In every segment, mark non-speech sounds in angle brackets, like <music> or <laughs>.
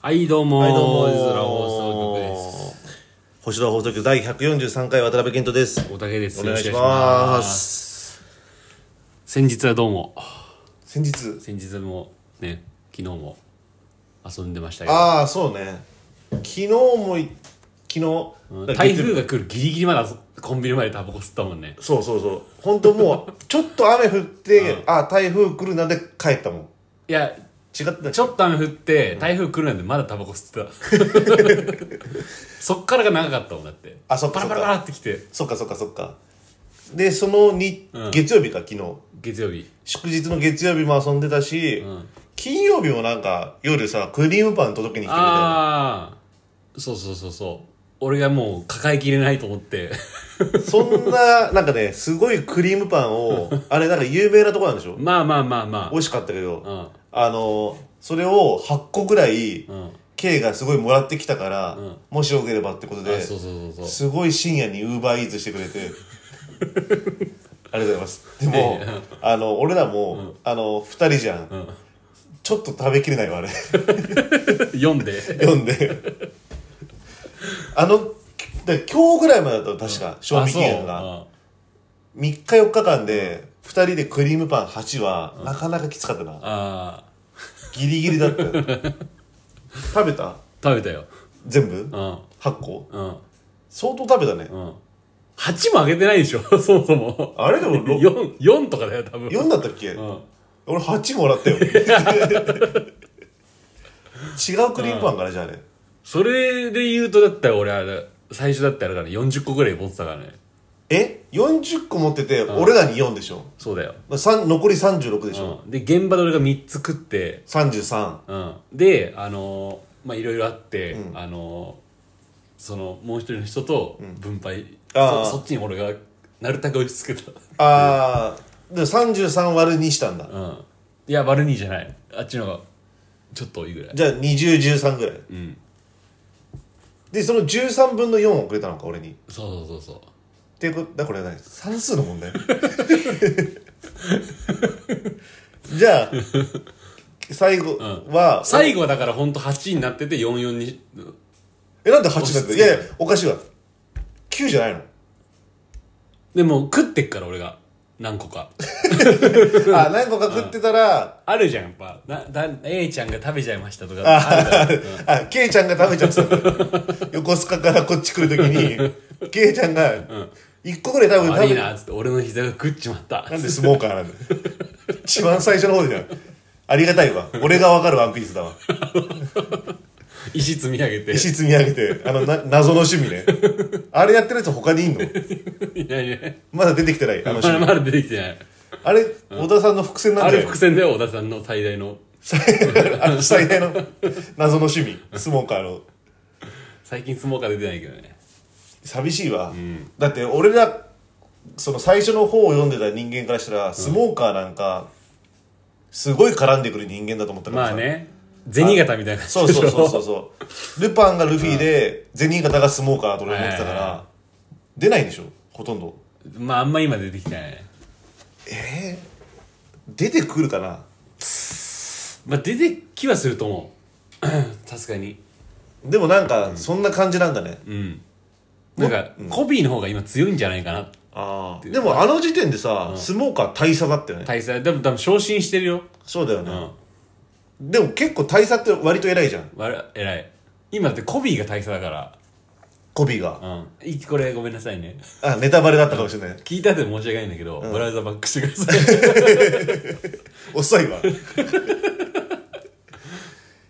はい、どうもー。。はいどうもいずら放送局です星空放送局第143回渡辺健人です大竹です。お願いしよろくお願まいしますす先日はどうも。先日先日もね、昨日も遊んでましたけどああそうね昨日もい昨日、うん。台風が来るギリギリまでコンビニまでタバコ吸ったもんね。そうそうそう本当も <laughs> うちょっと雨降って、あ台風来るなんで帰ったもんいや、違ったちょっと雨降って、台風来るなんてまだタバコ吸ってた。 <laughs> そっからが長かったもんだって。あそっパかラそっパラかパラってきて、そっかそっかそっかでそのに、うん月曜日か昨日月曜日。祝日の月曜日も遊んでたし、ん金曜日もなんか夜さクリームパン届けに来てくれたよねああ、そうそうそうそう。俺がもう抱えきれないと思って。そんな、なんかね、すごいクリームパン <laughs> を、あれなんか有名なとこなんでしょまあまあまあま美味しかったあ。けうど、ん。あの、それを8個ぐらい、うん。 K がすごいもらってきたからん、もしよければってことあで、そうそうそうそうすごい深夜にウーバーイーツしてく <laughs> れて、ありがとうございます。でもええ、あの、俺らも、あの、2人じゃん。んちょっと食べきれないわ、あれ。 <laughs> 読んで読ん <laughs> で。あの、だから今日ぐらいまでだったの確か、賞味期限が。あ3日4日間で2人でクリームパン8はなかなかきつかったな、そうああギリギリだ <laughs> ったよ食べた食べたよ全部うん8個うん相当食べたね、うん8も上げてないでしょ <laughs> そもそもあれでもろ4 4とかだよ多分4だったっけ、うん俺8もらったよ <laughs> 違うクリームパンかなじゃあねそれで言うとだったら俺あれ最初だったらあれから40個ぐらい持ってたからねえ40個持ってて俺らに4でしょそうだよ、三残り36でしょ、うん、で現場で俺が3つ食って、 33うん、であのーまあいろいろあって、あのーそのもう一人の人と分配、あーそそっちに俺がなるたけ押し付けたああで33割る2したんだ、うん。いや、悪にじゃない。あっちの方が、ちょっと多いぐらい。じゃあ2013ぐらいうん。でその13分の4をくれたのか俺にそうそうそうそっていうことだこれは何算数の問題 <laughs> じゃあ最後は、う。最後はだからほんと8になってて44に、えなんで8だっていやいやおかしいわ9じゃ <laughs> ないのでも食ってっから俺が、何個か。あ何個か食ってたら、あるじゃん、やっぱ。な、だ、A ちゃんが食べちゃいましたとか。あるからああケイちゃんが食べちゃってたんだ横須賀からこっち来るときにケイちゃんが1個ぐらい多分悪い食べな、つって俺の膝が食っちまった。なんでスモーカーなんだ一番最初の方じゃんありがたいわ俺が分かるワンピースだわ石積み上げて。石積み上げてあのな謎の趣味ねあれやってるやつ他にいんのいやいや。まだ出てきてない。あのまだまだ出てきてない。あれ、小田さんの伏線なんあだれよ伏。線だよ、小田さんの最大の。あの最大の <laughs> 謎の趣味。スモーカーの。最近スモーカー出てないけどね。寂しいわ。だって俺ら、その最初の方を読んでた人間からしたら、スモーカーなんか、すごい絡んでくる人間だと思ったからまさあ。ね、銭形みたいなそ感うじでしそうょ。そうそうそう。ルパンがルフィで、ゼニータがスモーカーだと俺思ってたかはいはいら、出ないでしょほとんど。 <laughs> まああんま今出てきてないね。えー、出てくるかなまあ、出てきはすると思 <coughs> うさすがにでもなんか、そんな感じなんだね。うんなんか、コピーの方が今強いんじゃないかなああでもあの時点でさ、スモーカー大佐だったよね大佐でも多分昇進してるよそうだようね、んでも結構大佐って割と偉いじゃんわら偉い今だってコピーが大佐だからコビが、うんいこれごめんなさいねあネタバレだったかもしれない、聞いたって申し訳ないんだけど、ブラウザバックしてください <laughs> 遅いわ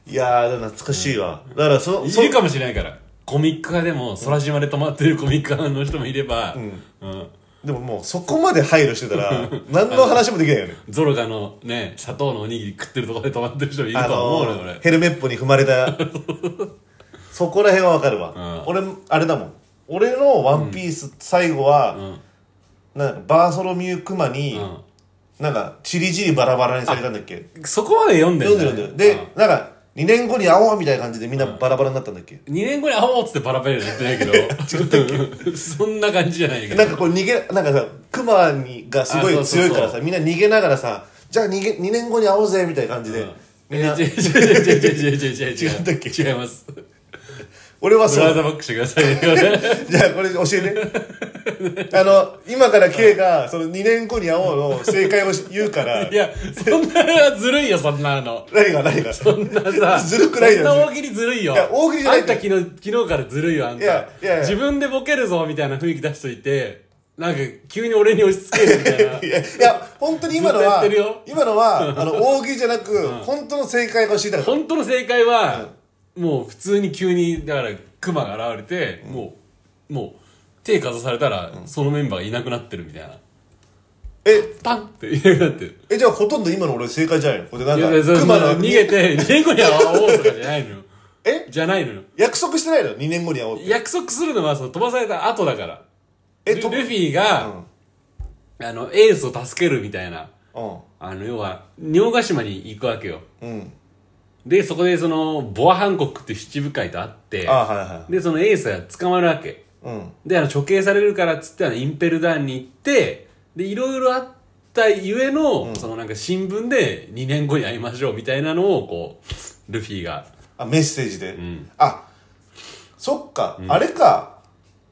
いやーでも懐かしいわ、だからそ <laughs> そいるかもしれないからコミック派でも空島で泊まってるコミック派の人もいれば、うんでももうそこまで配慮して <laughs> たら何の話もできないよねゾロがのね砂糖のおにぎり食ってるところで泊まってる人もいるあとは思うね、のヘルメットに踏まれたそこら辺はわかるわ、俺あれだもん俺の「ワンピース最後は、なんかバーソロミュークマに、んなんかチリチリバラバラにされたんだっけ俺そこまで読んで読るんでる読んでるでなんか2年後に会おうみたいな感じでみんなバラバラになったんだっけ、 2年後に会おうっつってパラパラじゃ言ってないけど <laughs> そんな感じじゃないけどなんかこう逃げなんかさクマにがすごあそいうそうそう強いからさみんな逃げながらさじゃあ逃げ2年後に会おうぜみたいな感じで、うんみんえなー違う違う違う違う違う違う違う違ったっけ違いますブ俺はそうラウザバックしてくださいね <laughs> じゃあこれ教え <laughs> てあの今から K がその2年後に会おうの正解をし言うからいやそんなずるいよそんなの何が何がそ <laughs> んなさずるくないじゃんそんな大喜利ずるいよいや大喜利じゃないあんた昨日昨日からずるいよあんたいやいやいや自分でボケるぞみたいな雰囲気出しといてなんか急に俺に押し付けるみたいないやいや本当に今のはずっとやって今のは <laughs> あの大喜利じゃなく、本当の正解が知りたかっ本当の正解は、もう普通に急にだからクマが現れて、もうもう手かざされたら、そのメンバーがいなくなってるみたいなたえパンっていなくなってるえじゃあほとんど今の俺正解じゃないのこれなんいかやいやそれ熊そのの逃げて2年後には会おうとかじゃないのよえじゃないのよ約束してないの2年後に会おうって約束するのはその飛ばされた後だからえルとルフィが、あのエースを助けるみたいなうあの要は尿ヶ島に行くわけよんうんでそこでそのボアハンコックっていう七部会と会ってあはいはでそのエースが捕まるわけいうんであの処刑されるからっつってあのインペルダンに行ってでいろいろあったゆえの、そのなんか新聞で2年後に会いましょうみたいなのをこうルフィがあメッセージで、んあそっか、あれか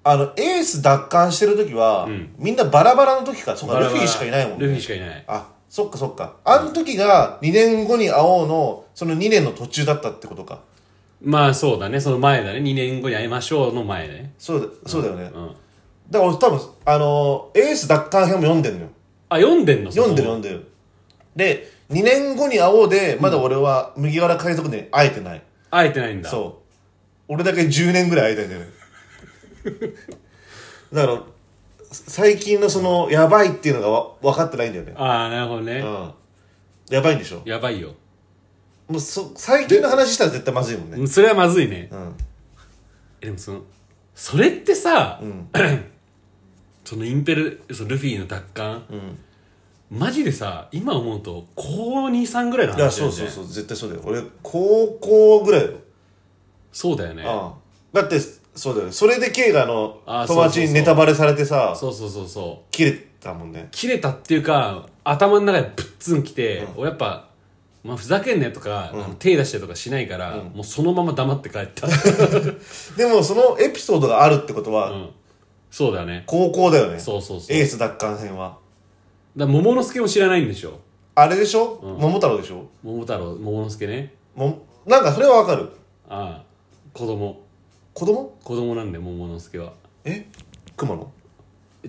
あのエース奪還してる時は、んみんなバラバラの時かそっかルフィしかいないもんねルフィしかいないあそっかそっかあの時が2年後に会おうのその2年の途中だったってことかまあそうだねその前だね2年後に会いましょうの前ねそうだそうだよね、うんだから俺多分あのエース奪還編も読んでるのよあ読んでんのそこ読んでる読んでるで2年後に会おうでまだ俺は麦わら海賊に会えてない、会えてないんだそう俺だけ10年ぐらい会えてないん <laughs> だよねだから最近のそのやばいっていうのがわ分かってないんだよねああなるほどね、うんやばいんでしょやばいよもうそ最近の話したら絶対まずいもんねうんそれはまずいねうんえでもそのそれってさ、ん <clears throat> そのインペルそのルフィの奪還、んマジでさ今思うと高23ぐらいの話いだよやねそうそうそう絶対そうだよ俺高校ぐらいだよそうだよねうんだってそうだよねそれで K があのあ友達にネタバレされてさそうそうそうそう切れたもんね切れたっていうか頭の中でプッツンきて、俺やっぱ、まあ、ふざけんなよとか、あの手出してとかしないから、もうそのまま黙って帰 <laughs> った、でもそのエピソードがあるってことうはん、そうだね高校だよね、そうそうそうエース奪還戦はだから桃之助も知らないんでしょあれでしょ、桃太郎でしょ桃太郎桃之助ねもなんかそれはわかるああ子供子供子供なんで桃之助はえ熊野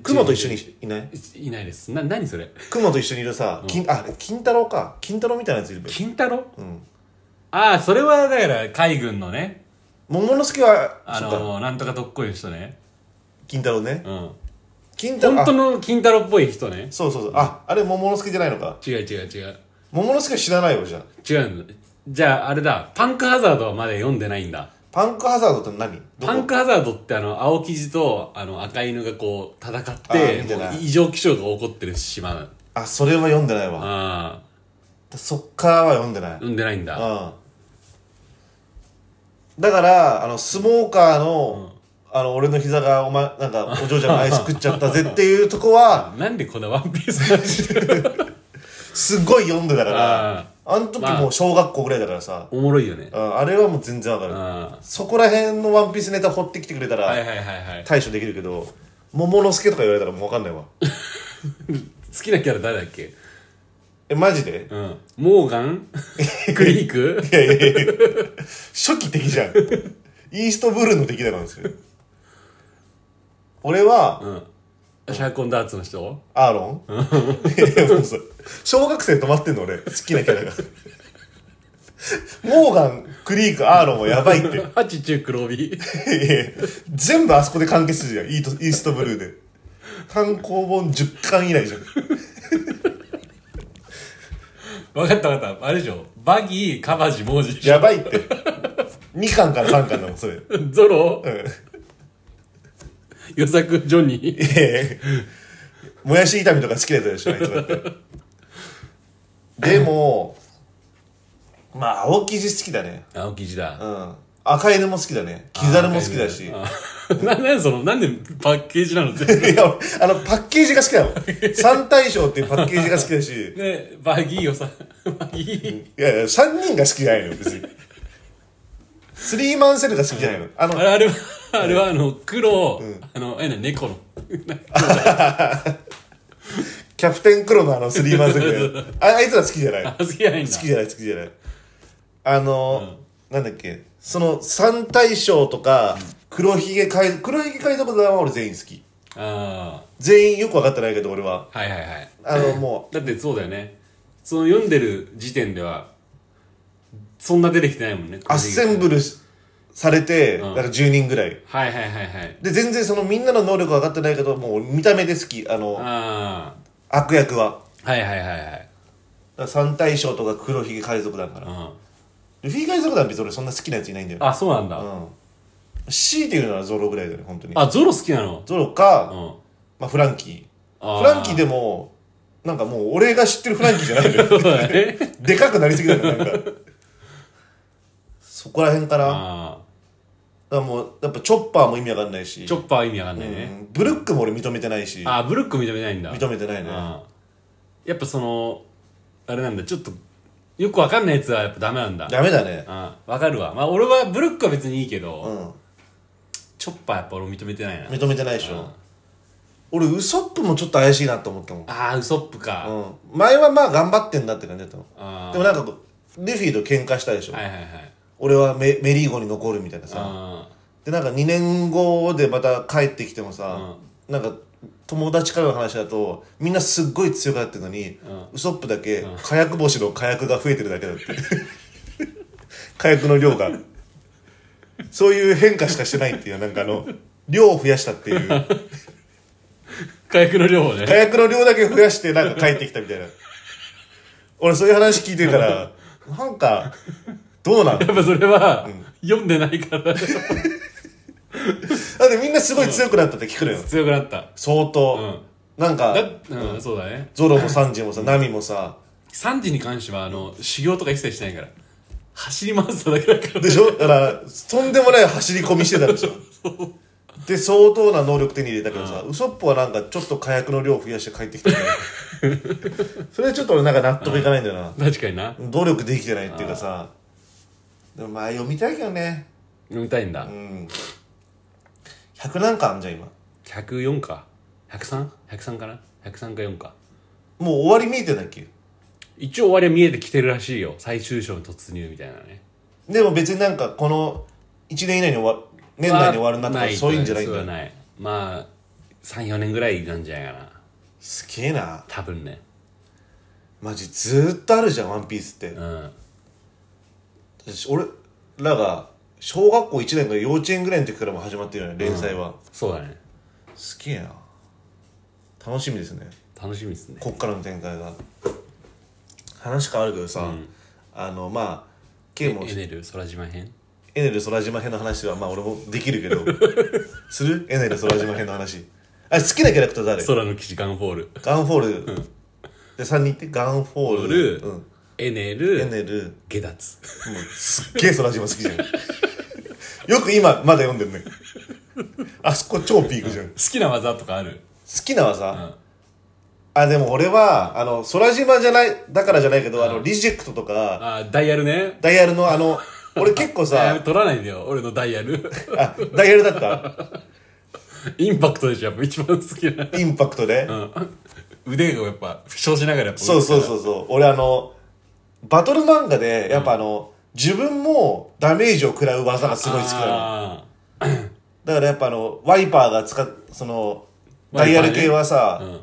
熊と一緒にいないいないですな何それ熊と一緒にいるさ、金あ金太郎か金太郎みたいなやついるべ金太郎うんああそれはだから海軍のね桃之助はあそっかのなんとかどっこいの人ね金太郎ねうん金太郎本当あの金太郎っぽい人ねそうそうそうああれ桃之助じゃないのか違う違う違う桃之助は知らないよじゃあ違うんだじゃああれだパンクハザードはまだ読んでないんだパンクハザードって何どパンこクハザードってあの青生地とあの赤犬がこう戦っあー見ててないもう異常気象が起こってる島ああそれは読んでないわあそっからは読んでない読んでないんだうん、だからあのスモーカーの,、あの俺の膝がお前なんかお嬢ちゃんがアイス食っちゃったぜっていうとこはなんでこんなワンピースの話してるすごい読んでたからああの時もう小学校ぐらいだからさ、おもろいよねうんあれはもう全然わかるあそこら辺のワンピースネタ掘ってきてくれたあはいらはいはいはい対処できるけど「桃之助」とか言われたらもうわかんないわ好きなキャラ誰だっけえマジでうんモーガ <laughs> ンクリークいやいやいや初期敵じゃんイーストブルーの敵だからですよ俺は、うんシャーコンダーツの人アーロンいやもうそれ小学生止まってんの俺好きなキャラがモーガンクリークアーロンはやばいっていやハチチュウ黒帯いや全部あそこで完結するじゃんイートイーストブルーで単行本10巻以内じゃんわかったわかったあれでしょバギーカバジモージやばいって2巻から3巻だもんそれうんゾロい予作ジョニーやいやもやし炒めとか好きなやつでしょあいつだってでもまあ青生地好きだね青生地だうん赤犬も好きだねキザルも好きだしあー。な、なんでその、なんでパッケージなの全部。いや、俺あの、パッケージが好きなの。三大将っていうパッケージが好きだし、ね、バギーをさ、バギー。いやいや、三人が好きじゃないのよ、別に。スリーマンセルが好きじゃないの。あの、あれ、あれは、あれはあの、黒、あの、え、な、猫の。キャプテンクロのあのスリーマンセ <laughs> ルだよああいつら好きじゃない。あ、好好きやないんだ。きじゃない、好きじゃない。あの、なんだっけ、その三大将とか、黒ひげ海賊、黒ひげ海賊団は俺全員好き。あ全員よく分かってないけど、俺は。あ、はいはいはい。あの、もだってそうだよね。その読んでる時点では、そんな出てきてないもんね。う、アッセンブルされて、だから10人ぐらい。はいはいはいはい。で全然そのみんなの能力は上がってないけどもう見た目で好きあのあ悪役はあ、はいはいはいはい。だから三大将とか黒ひげ海賊団からうん。ルフィ海賊団別に俺そんな好きなやついないんだよあ、そうなんだ。うん強いて言うならゾロぐらいだね本当にあ、ゾロ好きなのゾロうか、ん。 <laughs> まあ、フランキあーーフランキーでもなんかもう俺が知ってるフランキーじゃない <laughs> のよえでかくなりすぎだからなんかそこら辺からだかあらもうやっぱチョッパーも意味わかんないしあ、チョッパーは意味わかんないね。うんブルックも俺認めてないしああ、ブルック認めないんだ。認めてないねああやっぱその、あれなんだ、ちょっと、よくわかんないやつはやっぱダメなんだ。ダメだねああ、わかるわ。まあ俺は、ブルックは別にいいけど、うんチョッパーやっぱ俺認めてないな。認めてないでしょ、俺ウソップもちょっと怪しいなと思ったもん、ああ、ウソップか。うん、前はまあ頑張ってんなって感じだったのああでもなんかこうルフィと喧嘩したでしょ、はいはいはい。俺はメメリーゴに残るみたいなさあでなんか2年後でまた帰ってきてもさ、なんか友達からの話だとみんなすっごい強くなってるのに、ウソップだけ火薬星の火薬が増えてるだけだって <laughs> 火薬の量がそういう変化しかしてないっていうなんかあの量を増やしたっていうあ。火薬の量をね。火薬の量だけ増やしてなんか帰ってきたみたいな俺そういう話聞いてるからなんかどうなのだやっぱそれは、読んでないから、ってみんなすごい強くなったって聞くのよ強くなった。相当、なんだかうん、そうだね。ゾロもサンジ <laughs> もさナミもさサンジに関しては、あの、修行とか一切しないから。走り回ってただけだから。でしょだからとんでもない走り込みしてたで <laughs> しょで相当な能力手に入れたけどさ、ウソップはなんかちょっと火薬の量増やして帰ってきたから <laughs> それはちょっと俺なんか納得いかないんだよな、確かにな。努力できてないっていうかさでもまあ読みたいけどね読みたいんだ。うん100なんかあんじゃん今104か。103?103 かな ?103 か4か。もう終わり見えてんだっけ一応終わりは見えてきてるらしいよ。最終章に突入みたいなね。でも別になんかこの1年以内に終わ年内に終わるなとはかそういうんじゃないんそうだはよない。まあ、3、4年ぐらいなんじゃないかな。すげえな多分ね。マジずーっとあるじゃん「ワンピースってうん。私俺らが小学校1年か幼稚園ぐらいの時からも始まってるよね連載は、そうだね。すげえな楽しみですね楽しみですね。こっからの展開が話変わるけどさ、あのまあ K もエネル空島編エネル空島編の話はまあ俺もできるけど <laughs> するエネル空島編の話あれ好きなキャラクター誰空の騎士ガンフォール。ガンフォール、で3人言ってガンフォフォールールうん、エネエル、ネルもう下脱。すっげえ空島好きじゃんよく今まだ読んでるねあそこ超ピークじゃん好好きな技とかあるきなん技、あでも俺はあの空島じゃないだからじゃないけど、あのリジェクトとかあダイヤルね。ダイヤルのあの俺結構ダイヤル <laughs> さ取らないでよ、俺のダイヤ <laughs> ル。あダイヤルだったインパクトでしょ、やっぱ一番好きな。インパクトで、腕をやっぱ、負傷しながらやっぱ。そうそうそうそう俺あのバトル漫画でやっぱあの、自分もダメージを食らう技がすごい好きなのあだからやっぱあのワイパーが使っそのワダイイパーねヤル系はさ、ん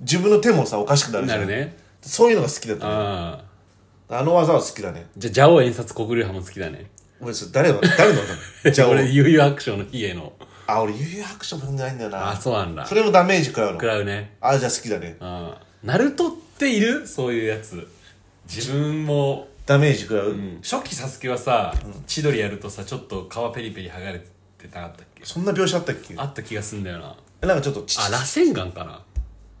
自分の手もさおかしくなるーじなゃるん、ね。そういうのが好きだったねああ。あの技は好きだねじゃあ、ジャオ演殺国流派も好きだね。俺それ誰の誰の技な <laughs> のじゃあ俺、俺悠々白書のヒエの。あ俺悠々白書踏んでないんだよなあ、そうなんだそ。れもダメージ食らうの食らうね。あじゃあ好きだねうん。ナルトっているそういうやつ。自分も、ダメージ食らう、初期サスケはさ、千鳥やるとさ、ちょっと皮ペリペリ剥がれてなかったっけそんな描写あったっけあった気がすんだよな。なんかちょっとちあ、螺旋丸かな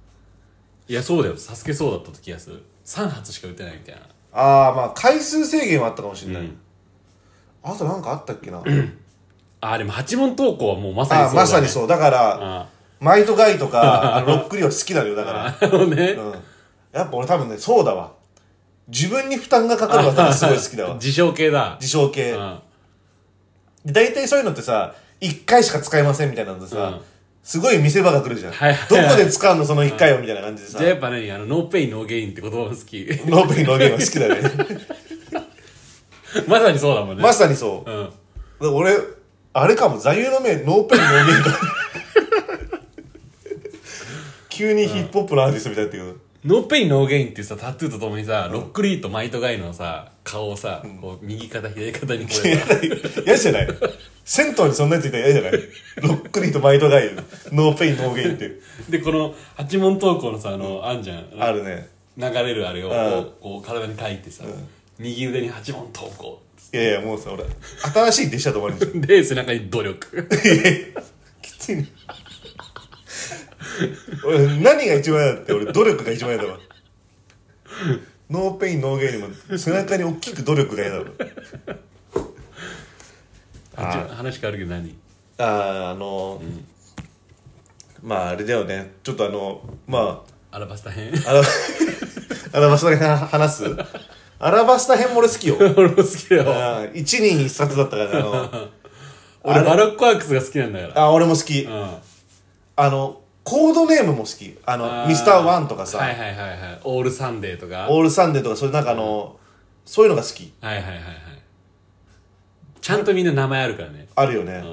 いや、そうだよ。サスケそうだった気がする。3発しか打てないみたいな。ああまあ回数制限はあったかもしれない、ああとなんかあったっけなあでも八問投稿はもうまさにあそうだ、ね、まさにそうだからあマイトガイと <laughs> かあのロックリは好きなのよだからあのね、うんやっぱ俺多分ねそうだわ自分に負担がかかるのは多分すごい好きだわ <laughs> 自称系だ自称系うん大体そういうのってさ1回しか使えませんみたいなのでさ、うんすごい見せ場が来るじゃん、はいはいどこで使うのその1回 <laughs> をみたいな感じでさじゃあやっぱねあのノーペインノーゲインって言葉も好きノーペインノーゲインは好き <laughs> だねまさにそうだもんね、まさにそううん、で俺あれかも座右の銘ノーペインノーゲイ <laughs> ンだ急にヒップホップのアーティストみたいだったけどノーペインノーゲインっていうさタトゥーとともにさ、ロックリーとマイトガイのさ顔をさ、こう右肩左肩にこう <laughs> やって嫌じゃない銭湯にそんなやついたら嫌じゃないロックリーとマイトガイノーペインノーゲインってでこの八問投稿のさあの、あんじゃんあるね流れるあれをこうんう,、こう体に書いてさ、右腕に八問投稿いやいやもうさ俺新しい弟子だと思われるじゃん <laughs> で背中に努力きついね俺何が一番嫌だって俺努力が一番嫌だわノーペインノーゲインよりも背中に大きく努力が嫌だわあちょ話変わるけど何あーあの、まああれだよねちょっとあのまアラバスタ編 <laughs> <laughs> あアラアラバスタ編話すアラバスタ編も俺好きよ俺も好きだよあー一人一冊だったからねあの俺バロックワークスが好きなんだからあー俺も好きうんあのコードネームも好きあのミスターワンとかさ、はいはいはいはいオールサンデーとかオールサンデーとかそういうなんかあの、そういうのが好きはいはいはいはいちゃんとみんな名前あるからねあるよね、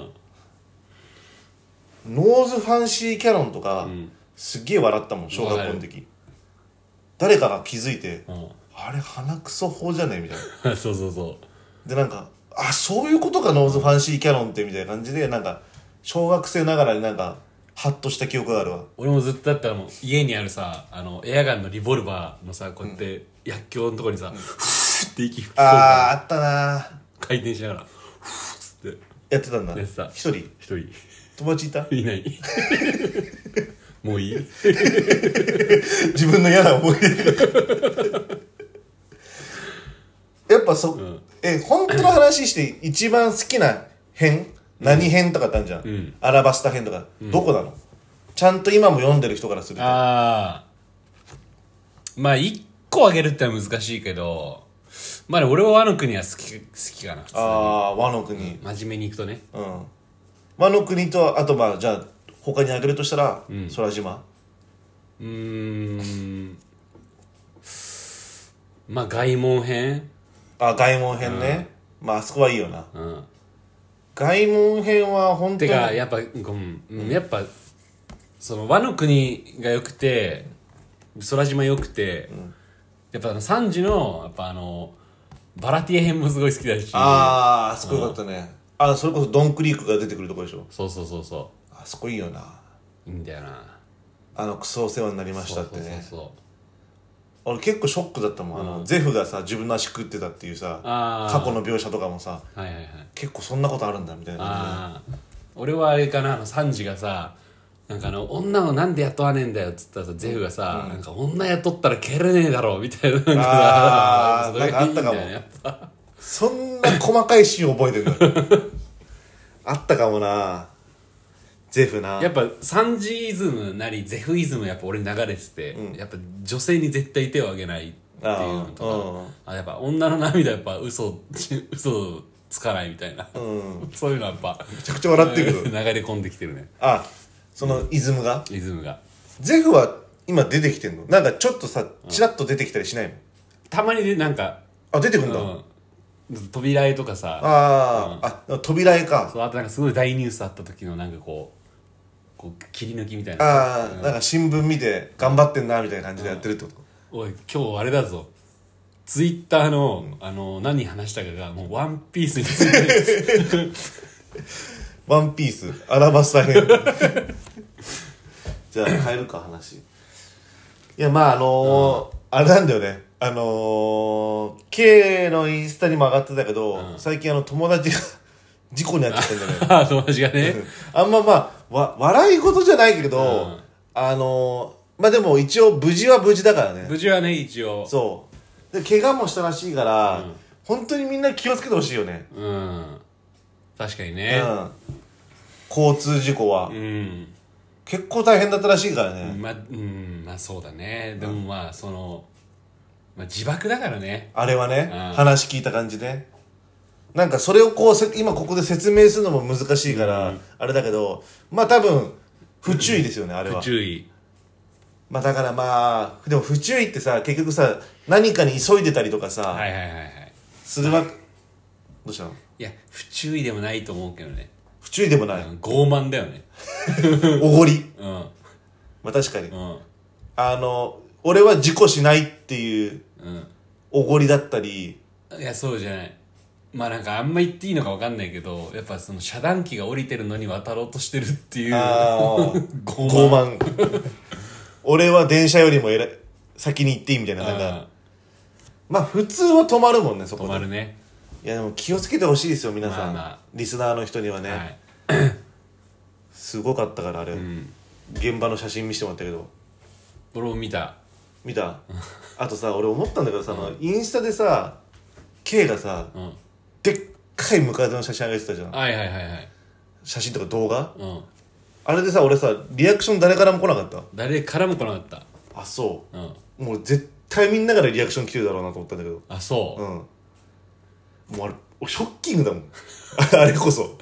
ノーズファンシーキャノンとか、すっげえ笑ったもん小学校の時誰かが気づいて、うん <laughs> あれ鼻くそ法じゃねえみたいなそうそうそうでなんかあそういうことかノーズファンシーキャノンってみたいな感じでなんか小学生ながらになんかハッとした記憶があるわ俺もずっとだったらもう家にあるさあのエアガンのリボルバーのさこうやって薬莢のとこにさ、ふーって息吹き込んあだあーあったな回転しながらふーっつってやってたんだやってた一人一人友達いたいないもういい自分の嫌な <laughs> 思い出やっぱそ、んえ本当の話して一番好きな編何編とかってあるじゃん、んアラバスタ編とか、どこなのちゃんと今も読んでる人からするとああまあ一個あげるってのは難しいけどまあね俺は和の国は好き好きかなあー和の国真面目にいくとねうん、和の国とあとまあじゃあ他にあげるとしたら、空島うーんまあ外門編あ外門編ね、まああそこはいいよなうん外門編は本当てにかやっぱうん、うん、やっぱその和の国が良くて空島良くて、やっぱあの3時のやっぱあのバラティエ編もすごい好きだしあーあそこよかったね、あそれこそドンクリークが出てくるとこでしょそうそうそうそあそこいいよなういいんだよなあのクソお世話になりましたってねそうそうそうそう俺結構ショックだったもん、あのゼフがさ自分の足食ってたっていうさあー過去の描写とかもさはいはいはい結構そんなことあるんだみたいな感ああ俺はあれかなあのサンジがさなんかあの女をなんで雇わねえんだよっつったらさゼフがさ、なんか女雇ったら蹴れねえだろみたいななんかあーそれがいいんだよねなんやっぱじそんな細かいシーン覚えてるん <laughs> だあったかもなゼフなやっぱサンジイズムなりゼフイズムやっぱ俺に流れてて、やっぱ女性に絶対手を挙げないっていうのとかあやっぱ女の涙やっぱ嘘嘘つかないみたいな、 <laughs> そういうのはやっぱめちゃくちゃ笑ってるけ流どれ込んできてるねあそのイズムが、イズムがゼフは今出てきてんのなんかちょっとさチラッと出てきたりしないの、たまにでなんか、あ出てくんだ、うん、扉絵とかさあー、あ扉絵かそうあとなんかすごい大ニュースあった時のなんかこうこう切り抜きみたいなああ、なんか新聞見て頑張ってんなみたいな感じでやってるってこと、おい今日あれだぞツイッターの,、あの何話したかがもうワンピースについ <laughs> てワンピースアラバスタ編 <laughs> じゃあ変えるか話いやまああのーあれなんだよねあのー、K のインスタにも上がってたけど、最近あの友達が <laughs> 事故に遭っちゃったんだよねあ友達がねあんままあわ笑い事じゃないけど、うんあのー、まあでも一応無事は無事だからね無事はね一応そうで怪我もしたらしいから、本当にみんな気をつけてほしいよね、うん確かにねうん交通事故は、うん結構大変だったらしいからね、まあうんまあそうだねでもまあその、まあ、自爆だからねあれはね、うん話聞いた感じねなんかそれをこうせ今ここで説明するのも難しいから、あれだけどまあ多分不注意ですよね、あれ不は注意まあだからまあでも不注意ってさ結局さ何かに急いでたりとかさ、はいはいはいはいするわけどうしたのいや不注意でもないと思うけどね不注意でもない、うん傲慢だよねおごりうんまあ確かに、うんあの俺は事故しないっていうおごりだったりうんいやそうじゃないまあなんかあんま言っていいのかわかんないけどやっぱその遮断機が降りてるのに渡ろうとしてるっていうあ傲ー慢傲慢俺は電車よりもえら先に行っていいみたいななんあかまあ普通は止まるもんねそー止こまでるねいやでも気をつけてほしいですよ皆さん、まあまあリスナーの人にはね、はいすごかったからあれ、現場の写真見せてもらったけど俺も見た見 <laughs> たあとさ俺思ったんだけどさ、あのインスタでさ K がさ、うんでっかいムカデの写真上げてたじゃんはいはいはいはい写真とか動画うんあれでさ俺さリアクション誰からも来なかっ誰からも来なかったたあそうんうもう絶対みんなからリアクション来てるだろうなと思ったんだけどあそううんもうあれ俺ショッキングだもん <laughs> あれこそ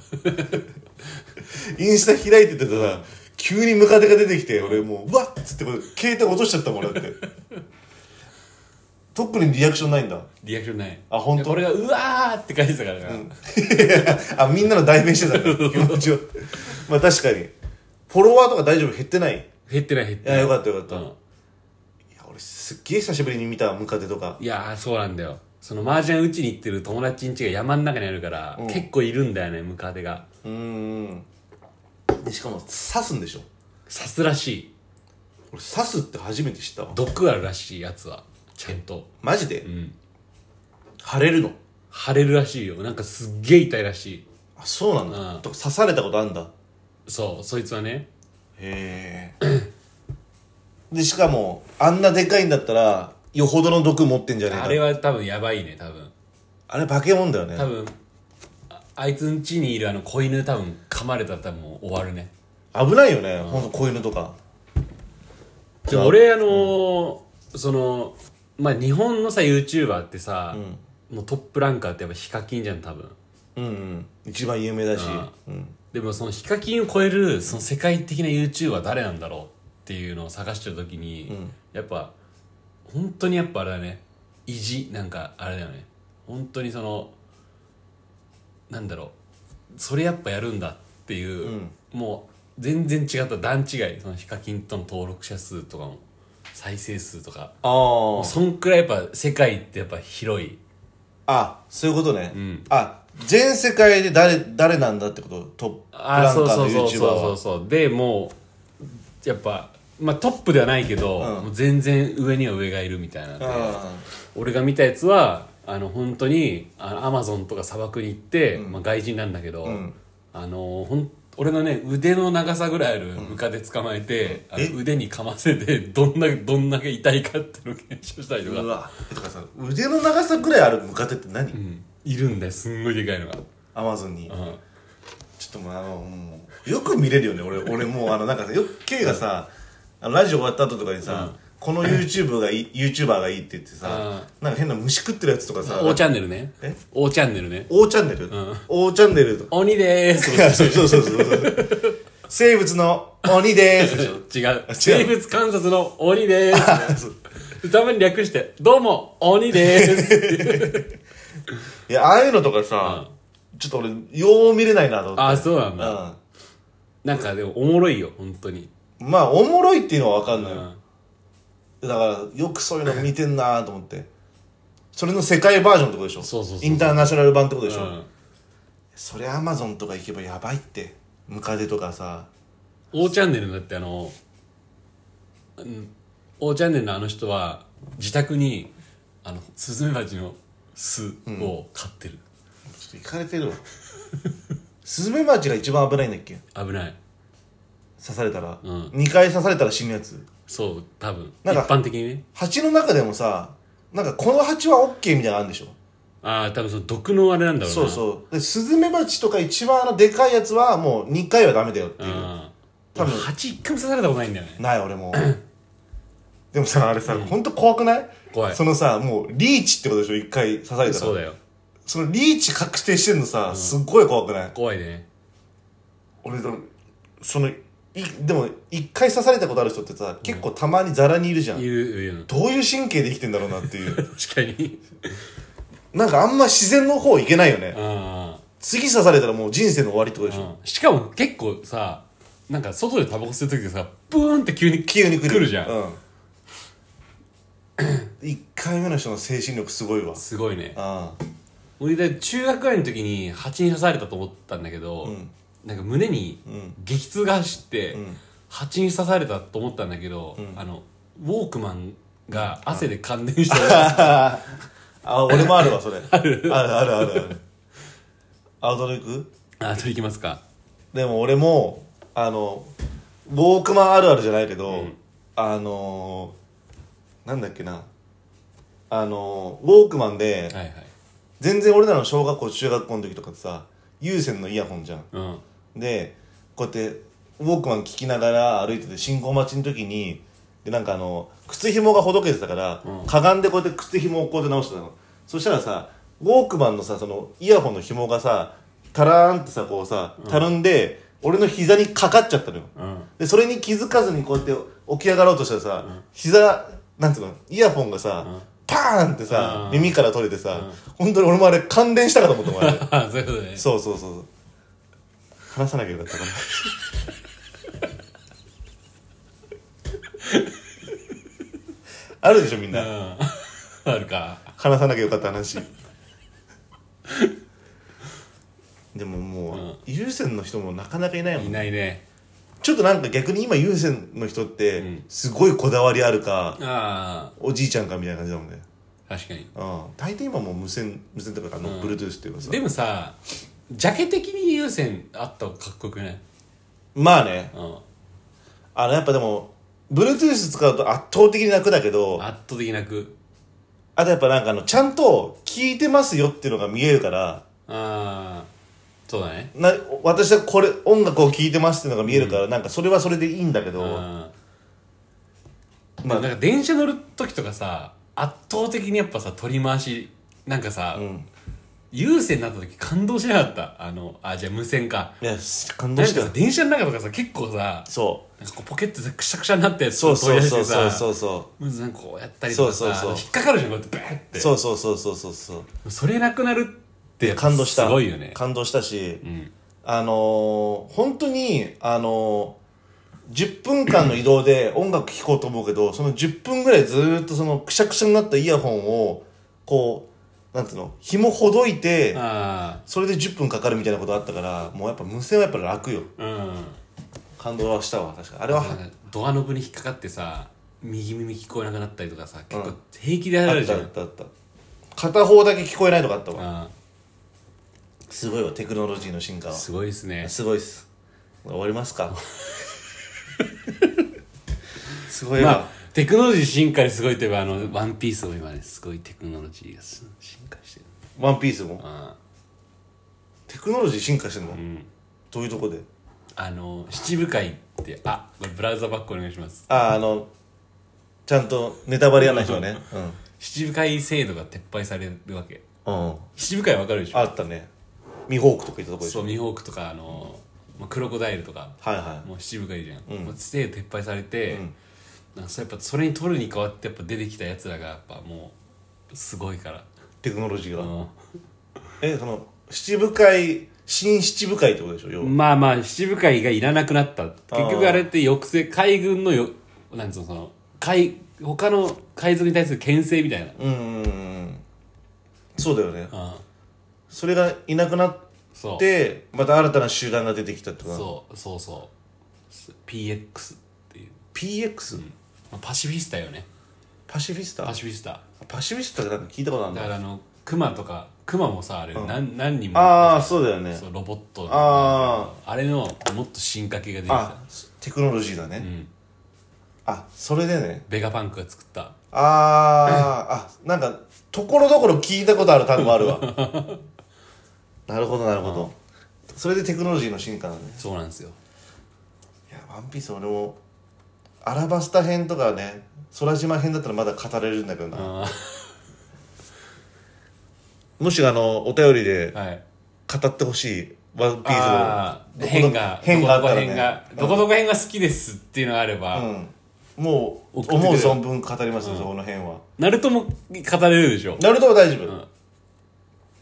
インスタ開いててさ急にムカデが出てきて俺もううわっつってこれ携帯落としちゃったもん俺だって特にリアクションないんだリアクションないあ本当いや俺が「うわ!」って書いてたからな、あみんなの代弁してたね気持ちをまあ確かにフォロワーとか大丈夫減ってないい減ってない減ってないやよかったよかった、ういんや俺すっげえ久しぶりに見たムカデとかいやーそうなんだよその麻雀打ちに行ってる友達ん家が山の中にあるから、結構いるんだよねムカデがうーんでしかも刺すんでしょ刺すらしい俺刺すって初めて知ったわ毒あるらしいやつはちゃんとマジで、ん腫れるの腫れるらしいよなんかすっげえ痛いらしいあそうなんだ、うんとか刺されたことあんだそうそいつはねへえ <clears throat> でしかもあんなでかいんだったらよほどの毒持ってんじゃねえかあれは多分やばいね多分あれ化け物だよね多分ああいつん家にいるあの子犬多分噛まれたら多分もう終わるね危ないよね、ほんと子犬とかでも俺あのーそのまあ日本のさ YouTuber ってさ、もうトップランカーってやっぱヒカキンじゃん多分うんうん一番有名だし、うん、でもそのヒカキンを超えるその世界的な YouTuber は誰なんだろうっていうのを探してる時に、やっぱ本当にやっぱあれだね意地なんかあれだよね本当にそのなんだろうそれやっぱやるんだっていう、もう全然違った段違いそのヒカキンとの登録者数とかも再生数とかあそんくらいやっぱ世界ってやっぱ広いあそういうことね、あ全世界で誰誰なんだってことトップあラーンそうカーそのうそうそ YouTuber うそうはそうでもうやっぱ、まあ、トップではないけど、もう全然上には上がいるみたいなであ俺が見たやつはあの本当にあのアマゾンとか砂漠に行って、まあ、外人なんだけど、あのほん俺のね腕の長さぐらいあるムカで捕まえて、あのえ腕にかませてどんだけどんだけ痛いかっていうのを検証したりとーうかわえとかさ腕の長さぐらいあるムカデって何、うんいるんだよすんごいでかいのが。アマゾンに、うんちょっともうあのもうよく見れるよね <laughs> 俺俺もうあのなんかさよく K がさ、あのラジオ終わった後とかにさ、この YouTube がいい YouTuber がいいって言ってさ、なんか変な虫食ってるやつとかさおチャンネルねえ。おチャンネルね。 O チャンネル、O チャンネ <laughs> ルとか鬼でーすとか言って。そうそうそうそうそう生物の鬼ですでしょ違う。生物観察の鬼でーす。 <laughs> たまに略して、どうも、鬼でーす。いやああいうのとかさ、ちょっと俺よう見れないなと思ってあ、そうなんだ。あ、なんかでも、おもろいよ、本当に。うん、まあおもろいっていうのは分かんない、うんだからよくそういうの見てんなと思ってそれの世界バージョンってことでしょそうそうそうインターナショナル版ってことでしょ、うんそれアマゾンとか行けばやばいってムカデとかさ O チャンネルだってあの、うん、O チャンネルのあの人は、自宅に、あの、スズメバチの巣を飼ってる。ちょっと行かれてるわ <laughs> スズメバチが一番危ないんだっけ危ない。刺されたら、うん2回刺されたら死ぬやつそう、多分。一なんか般的にね。蜂の中でもさなんかこの蜂は OK みたいなのあるんでしょああ多分その毒のあれなんだろうなそうそうでスズメバチとか一番あのでかいやつはもう2回はダメだよっていう多多分分蜂一回も刺されたことないんだよねない <clears throat> 俺もでもさあれさ、ほんと怖くない怖いそのさもうリーチってことでしょ一回刺されたそうらだよそのリーチ確定してんのさ、すっごい怖くない怖いね俺でもそのいでも一回刺されたことある人ってさ結構たまにザラにいるじゃん、いるいるどういう神経で生きてんだろうなっていう <laughs> 確かになんかあんま自然の方いけないよねあ次刺されたらもう人生の終わりってことでしょ、あしかも結構さなんか外でタバコ吸う時でさブーンって急に急に来る来るじゃん、うん、1回目の人の精神力すごいわすごいねあ俺で中学ぐらいの時に蜂に刺されたと思ったんだけど、なんか胸に激痛が走って、蜂に刺されたと思ったんだけど、あのウォークマンが汗で感電したら <laughs> ああ俺もあるわそれ <laughs> あるあるあるあるアウトドア行く <laughs> あ取りきますかでも俺もあのウォークマンあるあるじゃないけど、あのーなんだっけなあのーウォークマンで、はいはい全然俺らの小学校中学校の時とかってさ有線のイヤホンじゃんうんでこうやってウォークマン聞きながら歩いてて信号待ちの時にでなんかあの靴紐がほどけてたから、かがんでこうやって靴紐をこうやって直してたのそしたらさウォークマンのさそのイヤホンの紐がさタラーンってさこうさたるんで、俺の膝にかかっちゃったのよ、うん <laughs> でそれに気づかずにこうやって起き上がろうとしたらさ、膝なんつうのイヤホンがさ、パーンってさ、うん耳から取れてさ、本当に俺もあれ感電したかと思ったもんあれあそういうことねそうそうそうそう話さなきゃよかったかなあるでしょみんなうん <laughs> あるか話さなきゃよかった話でももう、優先の人もなかなかいないもいんないねちょっとなんか逆に今優先の人ってんすごいこだわりあるか、あおじいちゃんかみたいな感じだもんねあ確かにうん大体今もう無線無線とかあの、Bluetooth っていうかさでもさジャケ的に優先あった方がかっこよくないまあねうんあのやっぱでも Bluetooth 使うと圧倒的に楽だけど圧倒的なくあとやっぱなんかあのちゃんと聞いてますよっていうのが見えるからああそうだねな私はこれ音楽を聴いてますっていうのが見えるから、なんかそれはそれでいいんだけど、うんままああ、なんか電車乗る時とかさ圧倒的にやっぱさ取り回しなんかさ、ん優先になった時感動しなかったあのあじゃあ無線かいや感動なんしかたさ電車の中とかさ結構さそなんかこうポケットでくしゃくしゃになったやうつそうそ取うそうりそう出してさそうそまずなんかこうやったりとかさそうそうそうあの引っかかるじゃんこうやってバーってうそうそうそうそうそうそうそれなくなるってやっぱ感動したすごいよね感動したし、んあのー本当にあのー10分間の移動で音楽聴こうと思うけどその10分ぐらいずーっとそのくしゃくしゃになったイヤホンをこうなんていうの紐ほどいてあそれで10分かかるみたいなことあったからもうやっぱ無線はやっぱ楽よあうん感動はしたわ確かあれはなんかドアノブに引っかかってさ右耳聞こえなくなったりとかさ結構平気でああるっじたゃん、あったあった片方だけ聞こえないとかあったわあすごいわテクノロジーの進化はあすごいですねすごいっす終わります <laughs> かすごいわ、まあテクノロジー進化にすごいといえばあの「ワンピースも今ねすごいテクノロジーがす進化してるワンピースもあテクノロジー進化してんの、んどういうとこでああの七部会ってあこれブラウザバックお願いしますあああのちゃんとネタバレやらない人はね七部会制度が撤廃されるわけうん、うん、七部会わかるでしょあったねミホークとか言ったとこでしょそうミホークとかあのまあクロコダイルとかはいはもう七部会じゃん、もう制度撤廃されて、なんかそれやっぱそれに取るに代わってやっぱ出てきたやつらがやっぱもうすごいからいテクノロジーが、うえその七部会新七部会ってことでしょ要は、んまあまあ七部会がいらなくなった結局あれって抑制海軍のよなんつうのその海他の海賊に対する牽制みたいな、うんうんうんそうだよねうん、それがいなくなっそうてまた新たな集団が出てきたってことなそうそうそう PX っていう、 PX、まあ、パシフィスタよねパシフィスタパシフィスタパシフィスタってなんか聞いたことあるんだだからあのクマとかクマもさあれ、何何人もああそうだよねそうロボットのああれのもっと進化系が出てきたあテクノロジーだね、んあそれでねベガパンクが作ったあーあなんかところどころ聞いたことある単語あ <laughs> るわなるほどなるほどそれでテクノロジーの進化だねそうなんですよいや「ワンピース俺もアラバスタ編とかね空島編だったらまだ語れるんだけどなあもしあのお便りでーはい語ってほしい「ワンピーあスーを変が変があったらどこどこ編がねどこどこ編が好きですっていうのがあれば、うんもう送ってくれ思う存分語りますよ、そこの辺はナルトも語れるでしょナルトは大丈夫、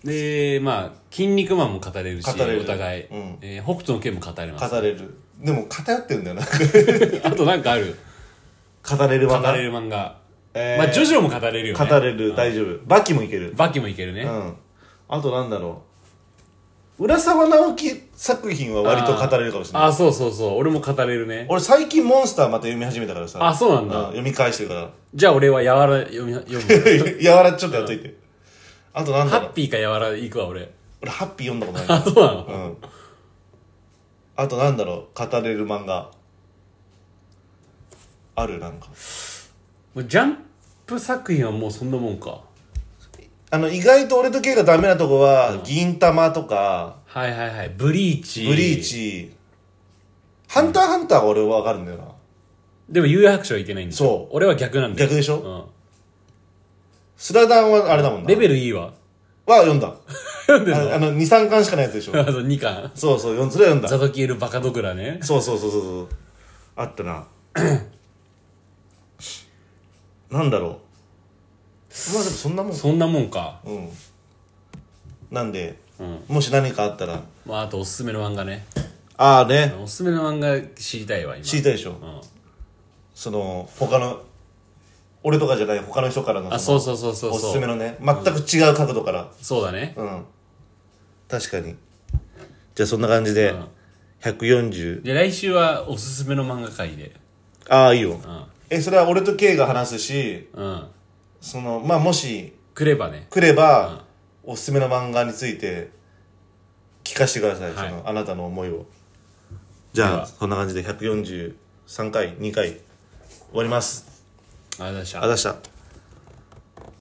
でまあ「筋肉マン」も語れるし語れるお互い、うんえー北斗の拳も語れます語れるでも偏ってるんだよなあとなんかある語れる語わなれる漫画、えーまあジョジョも語れるよね語れる大丈夫バキもいけるバキもいけるね、うんあとなんだろう浦沢直樹作品は割と語れるかもしれないあーそうそうそう俺も語れるね俺最近モンスターまた読み始めたからさあそうなんだ読み返してるから <laughs> じゃあ俺はやわら読み読むやわらちょっとやっといてあとなんハだろッうピーかやわらいくわ俺俺ハッピー読んだことないあそうなの、うんあとなんだろう語れる漫画あるなんかもうジャンプ作品はもうそんなもんかあの意外と俺と K がダメなとこは銀玉とかはいはいはいブリーチブリーチハンターハンターが俺は分かるんだよなでも幽遊白書はいけないんだよそう俺は逆なんだよ逆でしょょ、スラダンはあれだもうんん、なレベルいいわ <laughs> は読んだ読んでんのああの23巻しかないやつでしょ <laughs> あと2巻そうそう読んそれは読んだザドキエルバカドクラねそうそうそうそうそうあったな <clears throat> なんだろうまあでもそんなもんそんなもんか、うんなんでうんもし何かあったらまあ、あとおすすめの漫画ねああねおすすめの漫画知りたいわ今知りたいでしょうん、その他の俺とかじゃない他の人からのあそのそうそうそうそうそうおすすめのね全く違う角度からそうだね、うん確かにじゃあそんな感じで、ん140で来週はおすすめの漫画会でああいいよ、うんえそれは俺と K が話すしうんそのまあもしくればね来れば、おすすめの漫画について聞かせてください、はいそのあなたの思いをじゃであはそんな感じで143回2回終わりますありがとうございましたありがとうございました